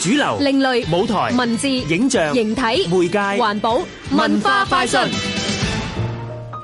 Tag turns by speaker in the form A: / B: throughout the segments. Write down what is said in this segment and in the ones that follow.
A: 主流、
B: 另類
A: 舞台、
B: 文字、
A: 影像、
B: 形體、
A: 媒介、
B: 環保、文化快訊。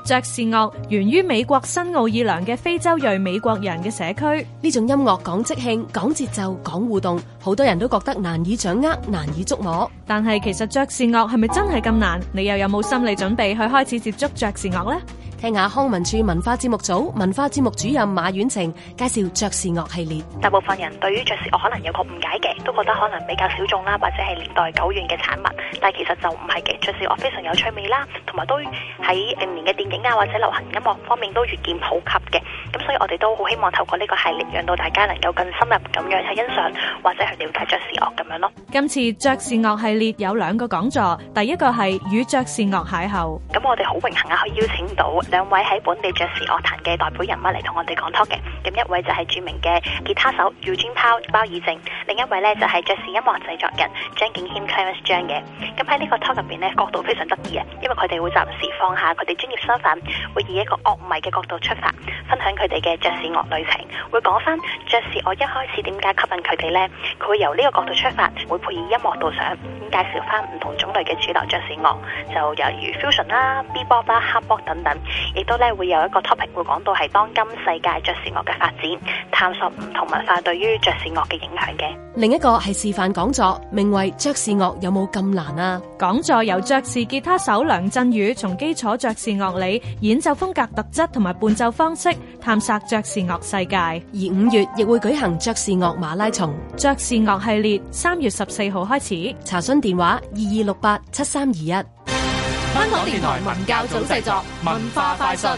C: 爵士樂源於美國新奧爾良嘅非洲裔美國人嘅社區。
D: 呢種音樂講即興、講節奏、講互動，好多人都覺得難以掌握、難以捉摸。
C: 但係其實爵士樂係咪真係咁難？你又有冇心理準備去開始接觸爵士樂呢？
D: 聽下康文署文化節目組文化節目主任馬婉晴介紹爵士樂系列。
E: 大部分人對於爵士樂可能有個誤解嘅，都覺得可能比較小眾啦，或者係年代久遠嘅產物。但係其實就唔係嘅，爵士樂非常有趣味啦，同埋都喺近年嘅電影啊或者流行音樂方面都越見普及嘅。咁所以我哋都好希望透過呢個系列，讓到大家能夠更深入咁樣去欣賞或者去了解爵士樂咁樣咯。
C: 今次爵士樂系列有兩個講座，第一個係與爵士樂邂逅，
E: 咁我哋好榮幸啊，可以邀請到兩位喺本地爵士樂壇嘅代表人物嚟同我哋講 talk 嘅。咁一位就係著名嘅吉他手 Eugene Pao 包以正，另一位呢就係爵士音樂製作人張敬軒 Clarence 張嘅。咁喺呢個 talk 入邊呢，角度非常得意啊，因為佢哋會暫時放下佢哋專業身份，會以一個樂迷嘅角度出發，分享佢哋嘅爵士樂旅程，會講翻爵士樂一開始點解吸引佢哋呢？佢會由呢個角度出發，會配以音樂導賞，咁介紹翻唔同種類嘅主流爵士樂，就例如 fusion 啦、bebop 啦、hardbop 等等，亦都咧會有一個 topic 會講到係當今世界爵士樂嘅發展，探索唔同文化對於爵士樂嘅影響嘅。
D: 另一個係示範講座，名為爵士樂有冇咁難啊？
C: 講座由爵士吉他手梁振宇從基礎爵士樂理、演奏風格特質同埋伴奏方式，探索爵士樂世界。
D: 而五月亦會舉行爵士樂馬拉松，
C: 爵士樂系列三月十四號開始。
D: 查詢電話二二六八七三二一。
B: 香港電台文教組製作，文化快訊。